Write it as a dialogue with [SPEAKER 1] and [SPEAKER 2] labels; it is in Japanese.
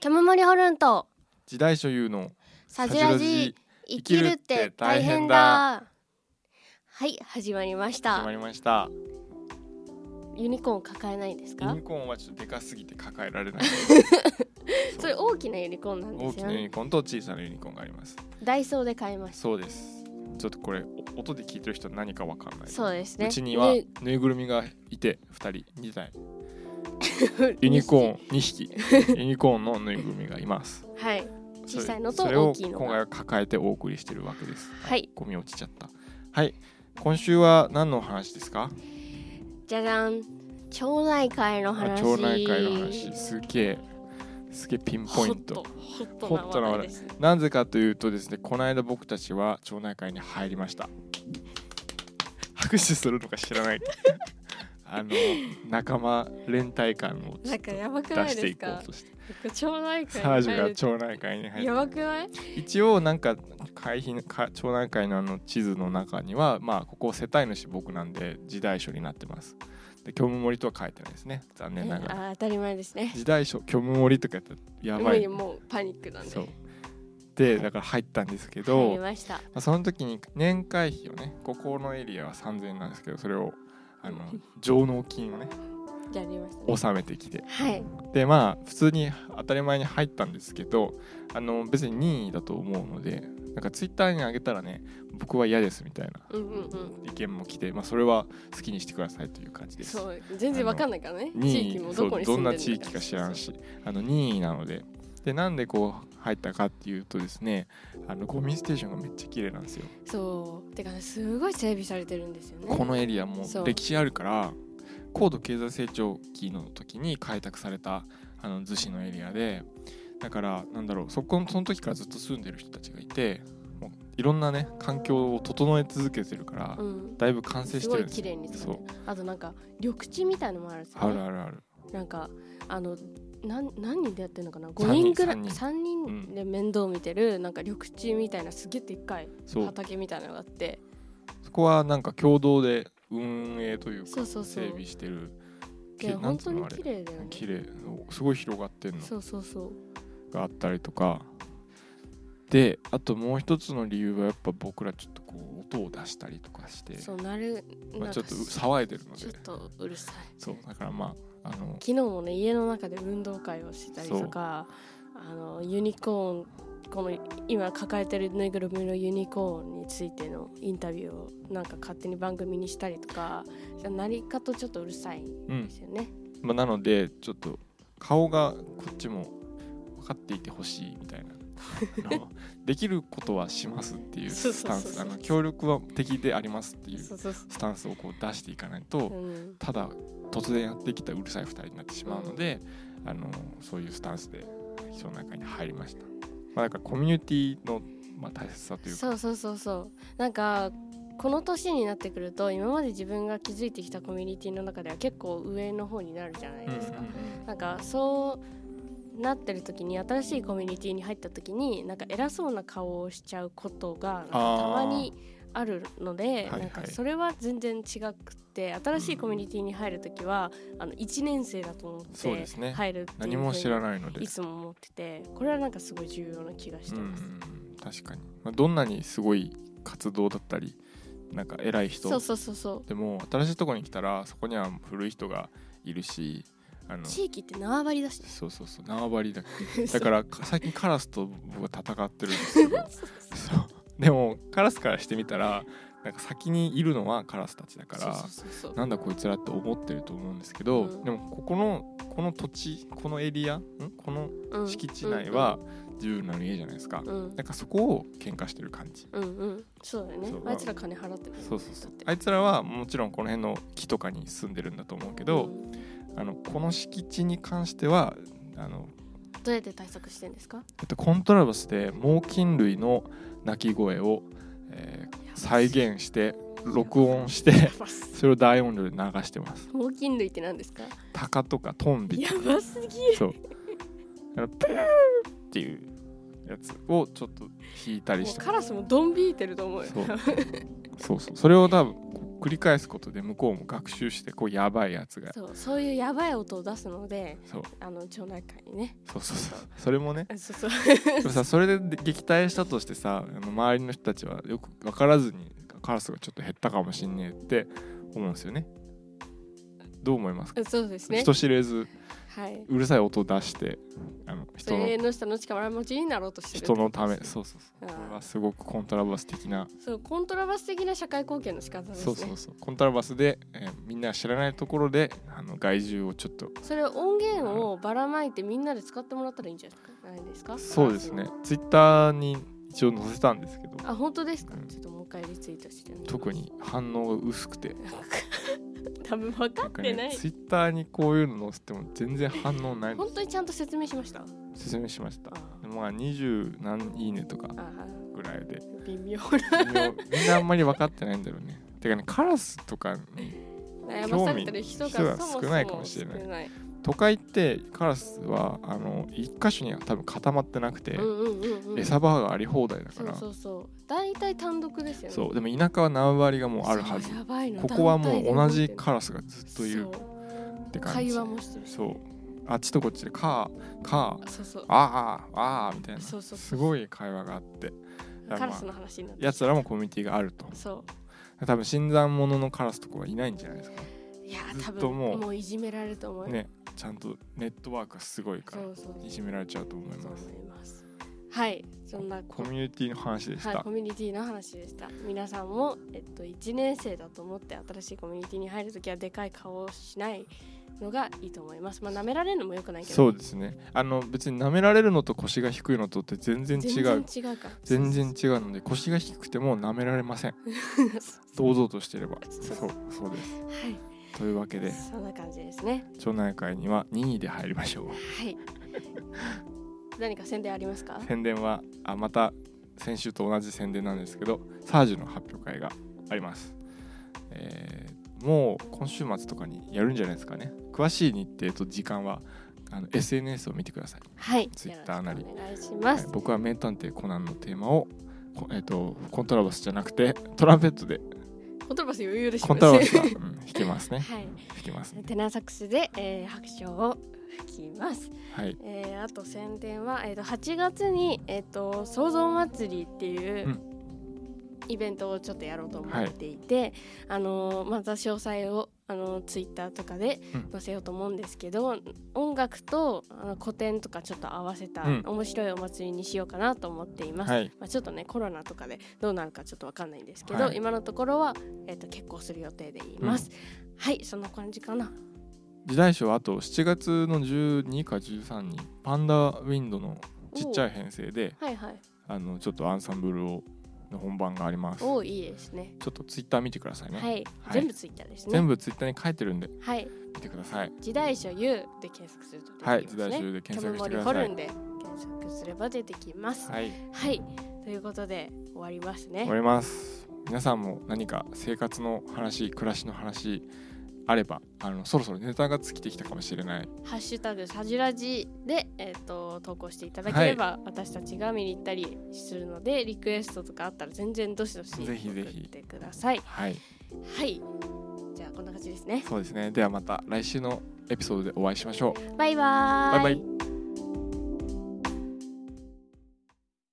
[SPEAKER 1] キャムマリホルンと
[SPEAKER 2] 時代所有の
[SPEAKER 1] サジラジ生きるって大変だはい始まりまし
[SPEAKER 2] 始
[SPEAKER 1] た
[SPEAKER 2] まりました
[SPEAKER 1] ユニコーン抱えないです
[SPEAKER 2] ユ
[SPEAKER 1] か
[SPEAKER 2] ニコーンはちょっとでかすぎて抱えられない
[SPEAKER 1] それ大きなユニコーンなんで
[SPEAKER 2] 大
[SPEAKER 1] す
[SPEAKER 2] き
[SPEAKER 1] よ
[SPEAKER 2] なユ
[SPEAKER 1] ね
[SPEAKER 2] ニコーンと小さなユニコーンがあります
[SPEAKER 1] ダイソーで買いまし
[SPEAKER 2] そうですちょっとこれお音で聞いてる人は何かわかん
[SPEAKER 1] た
[SPEAKER 2] ない
[SPEAKER 1] そうですね
[SPEAKER 2] うちには
[SPEAKER 1] ユ
[SPEAKER 2] ぬいぐるみがいて2人2体 ユニコーン2 匹ユニコーンのぬいぐるみがいます
[SPEAKER 1] はい小さいのと
[SPEAKER 2] それを
[SPEAKER 1] 大きいの
[SPEAKER 2] 今
[SPEAKER 1] が
[SPEAKER 2] 回は抱えてお送りしてるわけです
[SPEAKER 1] はい
[SPEAKER 2] ゴミ落ちちゃったはい今週は何の話ですか
[SPEAKER 1] じゃじゃん町内会の
[SPEAKER 2] あ
[SPEAKER 1] 話
[SPEAKER 2] 町内会の話すげえすげえピンポイント
[SPEAKER 1] ホットホットな話題ですね
[SPEAKER 2] なぜかというとですねこの間僕たちは町内会に入りました 拍手するのか知らない あの仲間連帯感をちょ
[SPEAKER 1] な
[SPEAKER 2] っ
[SPEAKER 1] ん
[SPEAKER 2] と
[SPEAKER 1] かやばくな
[SPEAKER 2] 出
[SPEAKER 1] い
[SPEAKER 2] し
[SPEAKER 1] です
[SPEAKER 2] ていこ
[SPEAKER 1] か
[SPEAKER 2] うとして
[SPEAKER 1] 町内会に
[SPEAKER 2] サー
[SPEAKER 1] 入
[SPEAKER 2] ジュ
[SPEAKER 1] る
[SPEAKER 2] が町内会に入
[SPEAKER 1] や
[SPEAKER 2] っ
[SPEAKER 1] ばくない
[SPEAKER 2] て一応なんか会費か町内会のあの地図の中にはまあここ世帯主僕なんで時代書になってますで虚無森とは書いてないですね残念なが
[SPEAKER 1] あ
[SPEAKER 2] ら
[SPEAKER 1] ー当たり前ですね
[SPEAKER 2] 時代書虚無森とかやったらや
[SPEAKER 1] も
[SPEAKER 2] ば
[SPEAKER 1] う
[SPEAKER 2] い
[SPEAKER 1] もうパニックなんで
[SPEAKER 2] そうでだから入ったんですけど、
[SPEAKER 1] 入りました
[SPEAKER 2] まあ、その時に年会費をねここのエリアは3000円なんですけどそれを あの上納金をね
[SPEAKER 1] やりましたね
[SPEAKER 2] 納めてきて
[SPEAKER 1] はい
[SPEAKER 2] でまあ普通に当たり前に入ったんですけどあの別に任意だと思うのでなんかツイッターに上げたらね僕は嫌ですみたいな
[SPEAKER 1] うんうんうん
[SPEAKER 2] 意見も来て、まあ、それは好きにしてくださいという感じです
[SPEAKER 1] そう全然わかんないからね地
[SPEAKER 2] 任
[SPEAKER 1] 域
[SPEAKER 2] 意
[SPEAKER 1] も
[SPEAKER 2] そ
[SPEAKER 1] どこ
[SPEAKER 2] う
[SPEAKER 1] に
[SPEAKER 2] ど
[SPEAKER 1] 住
[SPEAKER 2] ん
[SPEAKER 1] んで
[SPEAKER 2] な
[SPEAKER 1] る
[SPEAKER 2] 地域か知らんしあの任意なのででなんでこう入ったかっていうとですねあのゴミステーションがめっちゃ綺麗なんですよ
[SPEAKER 1] そうてかねすごい整備されてるんですよね
[SPEAKER 2] このエリアも
[SPEAKER 1] そう
[SPEAKER 2] 歴史あるから高度経済成長期の時に開拓されたあの逗子のエリアでだからなんだろうそこその時からずっと住んでる人たちがいてもういろんなね環境を整え続けてるから、
[SPEAKER 1] うん
[SPEAKER 2] だいぶ完
[SPEAKER 1] す
[SPEAKER 2] 成して
[SPEAKER 1] ご
[SPEAKER 2] る
[SPEAKER 1] い
[SPEAKER 2] んです
[SPEAKER 1] 綺
[SPEAKER 2] よ
[SPEAKER 1] 麗に
[SPEAKER 2] そ
[SPEAKER 1] 作っ
[SPEAKER 2] う
[SPEAKER 1] てあとなんか緑地みたいのもあるんです
[SPEAKER 2] あ
[SPEAKER 1] よ
[SPEAKER 2] る
[SPEAKER 1] ね
[SPEAKER 2] あるある
[SPEAKER 1] なんかあのなん何人でやってるのかな
[SPEAKER 2] 人
[SPEAKER 1] 5人ぐらい
[SPEAKER 2] 三人
[SPEAKER 1] 3人で面倒見てるなんか緑地みたいなすげえでっかい
[SPEAKER 2] そう
[SPEAKER 1] 畑みたいなのがあって
[SPEAKER 2] そこはなんか共同で運営というか
[SPEAKER 1] そうそうそう
[SPEAKER 2] 整備してる
[SPEAKER 1] いや
[SPEAKER 2] けなん
[SPEAKER 1] 本
[SPEAKER 2] つう
[SPEAKER 1] 当
[SPEAKER 2] の
[SPEAKER 1] に
[SPEAKER 2] あれ
[SPEAKER 1] 綺麗だよね
[SPEAKER 2] 綺麗すごい広がってんの
[SPEAKER 1] そうそうそう
[SPEAKER 2] があったりとかであともう一つの理由はやっぱ僕らちょっとこう音を出したりとかして、
[SPEAKER 1] そうなる
[SPEAKER 2] ま
[SPEAKER 1] な
[SPEAKER 2] あ、
[SPEAKER 1] ん
[SPEAKER 2] ちょ
[SPEAKER 1] か
[SPEAKER 2] っと騒いでるの
[SPEAKER 1] ちょっ
[SPEAKER 2] で
[SPEAKER 1] とうるさい
[SPEAKER 2] そうだからまああの
[SPEAKER 1] 昨日もね家の中で運動会をしてたりとかあのユニコーンこの今抱えてるぬいぐるみのユニコーンについてのインタビューをなんか勝手に番組にしたりとか何かとちょっとうるさいん
[SPEAKER 2] うん
[SPEAKER 1] で、すよね、
[SPEAKER 2] まあ、なのでちょっと顔がこっちも分かっていてほしいみたい なあのできることはしますっていう
[SPEAKER 1] そう
[SPEAKER 2] ス
[SPEAKER 1] そう
[SPEAKER 2] タ
[SPEAKER 1] そう
[SPEAKER 2] ン
[SPEAKER 1] そう
[SPEAKER 2] スあの協力は敵でありますっていう
[SPEAKER 1] そう
[SPEAKER 2] ス
[SPEAKER 1] そうそ、
[SPEAKER 2] タンスをこう出していかないう
[SPEAKER 1] う
[SPEAKER 2] と
[SPEAKER 1] ん、
[SPEAKER 2] ただ突然やってきたうるさい2人になってしまうので、あのそういうスタンスでその中に入りました、まあ、だからコミュニティのまあ大切さというか
[SPEAKER 1] そうそうそうそうなんかこの年になってくると今まで自分が築いてきたコミュニティの中では結構上の方になるじゃない
[SPEAKER 2] うんう
[SPEAKER 1] で
[SPEAKER 2] んうん
[SPEAKER 1] すか、なんかそうなってる時に新しいコミュニティに入った時になんか偉そうな顔をしちゃうことがなんかた
[SPEAKER 2] あー
[SPEAKER 1] まにあるので
[SPEAKER 2] いはい
[SPEAKER 1] なんかそれは全然違くって新しいコミュニティに入る時は、あの1年生だと思っ
[SPEAKER 2] そう
[SPEAKER 1] て
[SPEAKER 2] ですね
[SPEAKER 1] 入るっていう
[SPEAKER 2] 何も知らないの
[SPEAKER 1] ふう
[SPEAKER 2] で
[SPEAKER 1] にいつも思っててこれはなんかすごい重要な気がして
[SPEAKER 2] うんうん
[SPEAKER 1] ます。
[SPEAKER 2] うん確かに、まあ、どんなにすごい活動だったりなんか偉い人
[SPEAKER 1] そうそうそうそう
[SPEAKER 2] でも新しいところに来たらそこには古い人がいるしあの
[SPEAKER 1] 地域って縄張りだし
[SPEAKER 2] そうそうそう縄張りだ
[SPEAKER 1] ね
[SPEAKER 2] だからか最近カラスと僕は戦ってるんですけどそうでもカラスからしてみたらなんか先にいるのはカラスたちだか
[SPEAKER 1] そう
[SPEAKER 2] ら
[SPEAKER 1] そうそうそう
[SPEAKER 2] なんだこいつらって思ってると思うんですけど、
[SPEAKER 1] うん
[SPEAKER 2] でもここのこの土地このエリアんこの
[SPEAKER 1] うん
[SPEAKER 2] 敷地内は自由な家じゃないですか、
[SPEAKER 1] うんうん
[SPEAKER 2] なんかそこを喧嘩してる感じ、
[SPEAKER 1] うんうんそうだよね
[SPEAKER 2] そう
[SPEAKER 1] あいつら金払ってない
[SPEAKER 2] そうそうそ
[SPEAKER 1] だ
[SPEAKER 2] う
[SPEAKER 1] って
[SPEAKER 2] あいつらはもちろんこの辺の木とかに住んでるんだと思うけど、
[SPEAKER 1] うん
[SPEAKER 2] あのこの敷地に関してはあの
[SPEAKER 1] どうやって対策してんですか
[SPEAKER 2] えっと、コントラバスで猛禽類の鳴き声を、えー再現して録音して
[SPEAKER 1] やばす
[SPEAKER 2] それを大音量で流してます
[SPEAKER 1] 猛禽類って何ですか
[SPEAKER 2] タカとかトンビ
[SPEAKER 1] や
[SPEAKER 2] とか
[SPEAKER 1] ばすぎ
[SPEAKER 2] そうあのプーっていうやつをちょっと弾いたり
[SPEAKER 1] も
[SPEAKER 2] し
[SPEAKER 1] う
[SPEAKER 2] て
[SPEAKER 1] カラスもドン引いてると思うよ
[SPEAKER 2] そうそうそうそれを多分繰り返すことで向こうも学習してこうやばいやつが
[SPEAKER 1] そうそういうやばい音を出すので
[SPEAKER 2] そう
[SPEAKER 1] あの町内会にね
[SPEAKER 2] そうそうそうそれもね
[SPEAKER 1] あそうそう
[SPEAKER 2] でもさそれで撃退したとしてさあの周りの人たちはよく分からずにカラスがちょっと減ったかもしんねえって思うんですよねどう思いますか、
[SPEAKER 1] そうですね
[SPEAKER 2] 人知れず
[SPEAKER 1] はいう
[SPEAKER 2] るさい音を出してあの
[SPEAKER 1] そ
[SPEAKER 2] 人の
[SPEAKER 1] れの下の力持ちになろうとしてる
[SPEAKER 2] 人のためそうそうそう
[SPEAKER 1] あー
[SPEAKER 2] これはすごくコントラバス的な、
[SPEAKER 1] そうコントラバス的な社会貢献の仕方です
[SPEAKER 2] そ
[SPEAKER 1] ね
[SPEAKER 2] うそうそうコントラバスで、えーみんなが知らないところであの害獣をちょっと
[SPEAKER 1] それを音源をばらまいてみんなで使ってもらったらいいんじゃないですか
[SPEAKER 2] そうですねツイッターに一応載せたんですけど
[SPEAKER 1] あ本当ですか、
[SPEAKER 2] うん
[SPEAKER 1] ちょっともう一回リツイートしてみます
[SPEAKER 2] 特に反応が薄くて
[SPEAKER 1] 多分分か
[SPEAKER 2] な
[SPEAKER 1] っ
[SPEAKER 2] んか
[SPEAKER 1] てない、
[SPEAKER 2] ねツイッターにこういうの載せても全然反応ないんで
[SPEAKER 1] 本当にちゃんと説明しましたあ
[SPEAKER 2] す説明しましたで
[SPEAKER 1] ー
[SPEAKER 2] もまあ20何いいねとか
[SPEAKER 1] あ
[SPEAKER 2] ぐら いで
[SPEAKER 1] ー微妙
[SPEAKER 2] 微妙みんなあんまり分かってないんだろうねてかねカラスとかに
[SPEAKER 1] な悩まされてる人
[SPEAKER 2] 興味
[SPEAKER 1] がそもそも
[SPEAKER 2] 人が少ないかもしれない
[SPEAKER 1] 少ない
[SPEAKER 2] 都会ってカラスはあの一箇所には多分固まってなくて、
[SPEAKER 1] うんうんうんうん
[SPEAKER 2] 餌場があり放題だか
[SPEAKER 1] そ
[SPEAKER 2] ら
[SPEAKER 1] うそうそう大体単独ですよね
[SPEAKER 2] そうでも田舎は縄張りがもうあるはず
[SPEAKER 1] そうやばいの
[SPEAKER 2] ここはもう同
[SPEAKER 1] 団体で動いて
[SPEAKER 2] じ
[SPEAKER 1] る
[SPEAKER 2] カラスがずっといる
[SPEAKER 1] そう
[SPEAKER 2] って感じ
[SPEAKER 1] 会話もしてるし
[SPEAKER 2] そうあっちとこっちで「カーカー
[SPEAKER 1] そうそう
[SPEAKER 2] あーあーあー」みたいな
[SPEAKER 1] そうそうそう
[SPEAKER 2] すごい会話があってまあ
[SPEAKER 1] カラスの話になって
[SPEAKER 2] やつらもコミュニティがあると
[SPEAKER 1] そ
[SPEAKER 2] 多分新参者のカラスとかはいないんじゃないですか
[SPEAKER 1] ういやー
[SPEAKER 2] ず
[SPEAKER 1] 多
[SPEAKER 2] っと
[SPEAKER 1] 分
[SPEAKER 2] も
[SPEAKER 1] も
[SPEAKER 2] う
[SPEAKER 1] ういじめられると思います
[SPEAKER 2] ねちゃんとネットワークがすごいか
[SPEAKER 1] そ
[SPEAKER 2] ら
[SPEAKER 1] うそう
[SPEAKER 2] いじめられちゃうと思い
[SPEAKER 1] そう
[SPEAKER 2] ま
[SPEAKER 1] 思
[SPEAKER 2] す
[SPEAKER 1] いますはいそんな
[SPEAKER 2] コミュニティの話でし
[SPEAKER 1] はい、
[SPEAKER 2] た
[SPEAKER 1] コミュニティの話でした皆さんも、えっと、1年生だと思って新しいコミュニティに入るときはでかい顔をしないのがいいと思いますまあ舐められるのもよくないけど
[SPEAKER 2] そうですねあの別に舐められるのと腰が低いのとって全然違
[SPEAKER 1] 全然
[SPEAKER 2] う
[SPEAKER 1] 違うから
[SPEAKER 2] 全然違うので腰が低くても舐められません堂々としてればそうそうです
[SPEAKER 1] は
[SPEAKER 2] というわけ
[SPEAKER 1] い
[SPEAKER 2] で
[SPEAKER 1] そんな感じですね
[SPEAKER 2] 町内会には任意で入りましょう
[SPEAKER 1] はい 何か宣伝ありますか
[SPEAKER 2] 宣伝はあまた先週と同じ宣伝なんですけどサージュの発表会があります、えーもう今週末とかにやるんじゃないですかね詳しい日程と時間はあの SNS を見てください
[SPEAKER 1] はい
[SPEAKER 2] ツイッターなり
[SPEAKER 1] よろしくお願いします
[SPEAKER 2] はい僕は名探偵コナンのテーマをこえっ、とコントラバスじゃなくてトランペットで
[SPEAKER 1] コントラバス余裕でし
[SPEAKER 2] コントラバ ス
[SPEAKER 1] は
[SPEAKER 2] が、うん弾けますね
[SPEAKER 1] い
[SPEAKER 2] 弾けますね
[SPEAKER 1] テナーサックスで、えー、拍手を吹きます
[SPEAKER 2] はい
[SPEAKER 1] えーあと宣伝は、えー、と8月に、えーと「創造祭り」っていう、
[SPEAKER 2] うん
[SPEAKER 1] イベントをちょっとやろうと思っていて、あのーまた詳細をあのツイッター Twitter とかで
[SPEAKER 2] うん
[SPEAKER 1] 載せようと思うんですけど、音楽とあの古典とかちょっと合わせた
[SPEAKER 2] うん
[SPEAKER 1] 面白いお祭りにしようかなと思っています。
[SPEAKER 2] はい
[SPEAKER 1] まあ、ちょっとねコロナとかでどうなるかちょっとわかんないんですけど、
[SPEAKER 2] はい
[SPEAKER 1] 今のところは、えー、と結構する予定でいます。はいそんな感じかな。
[SPEAKER 2] 時代賞はあと7月の12か13にパンダウィンドのちっちゃい編成で
[SPEAKER 1] はいはい。
[SPEAKER 2] あのちょっとアンサンブルをの本番がありますちょ
[SPEAKER 1] おーいいですね。
[SPEAKER 2] っとツイッター見てくださいね、
[SPEAKER 1] はい、
[SPEAKER 2] はい
[SPEAKER 1] 全部ツイッターですね。
[SPEAKER 2] 全部ツイッターに書いてるんで
[SPEAKER 1] はい、
[SPEAKER 2] 見てください
[SPEAKER 1] 時代書 U で検索すると出てきますね。
[SPEAKER 2] はい時代集で検索してくださ
[SPEAKER 1] キャメモリホルン
[SPEAKER 2] い
[SPEAKER 1] で検索すれば出てきます。はい、
[SPEAKER 2] はい
[SPEAKER 1] ということで終わりますね
[SPEAKER 2] 終わ。ります皆さんも何か生活の話暮らしの話あればあのそろそろネタが尽きてきたかもしれない
[SPEAKER 1] ハッシュタグサジラジでえっ、と投稿していただければ、私たちが見に行ったりするのでリクエストとかあったら全然どしどし送
[SPEAKER 2] ぜひぜひ
[SPEAKER 1] ってください。
[SPEAKER 2] はい
[SPEAKER 1] はい、じゃあこんな感じですね。
[SPEAKER 2] そうですねではまた来週のエピソードでお会いしましょう
[SPEAKER 1] バイバー
[SPEAKER 2] バイバイ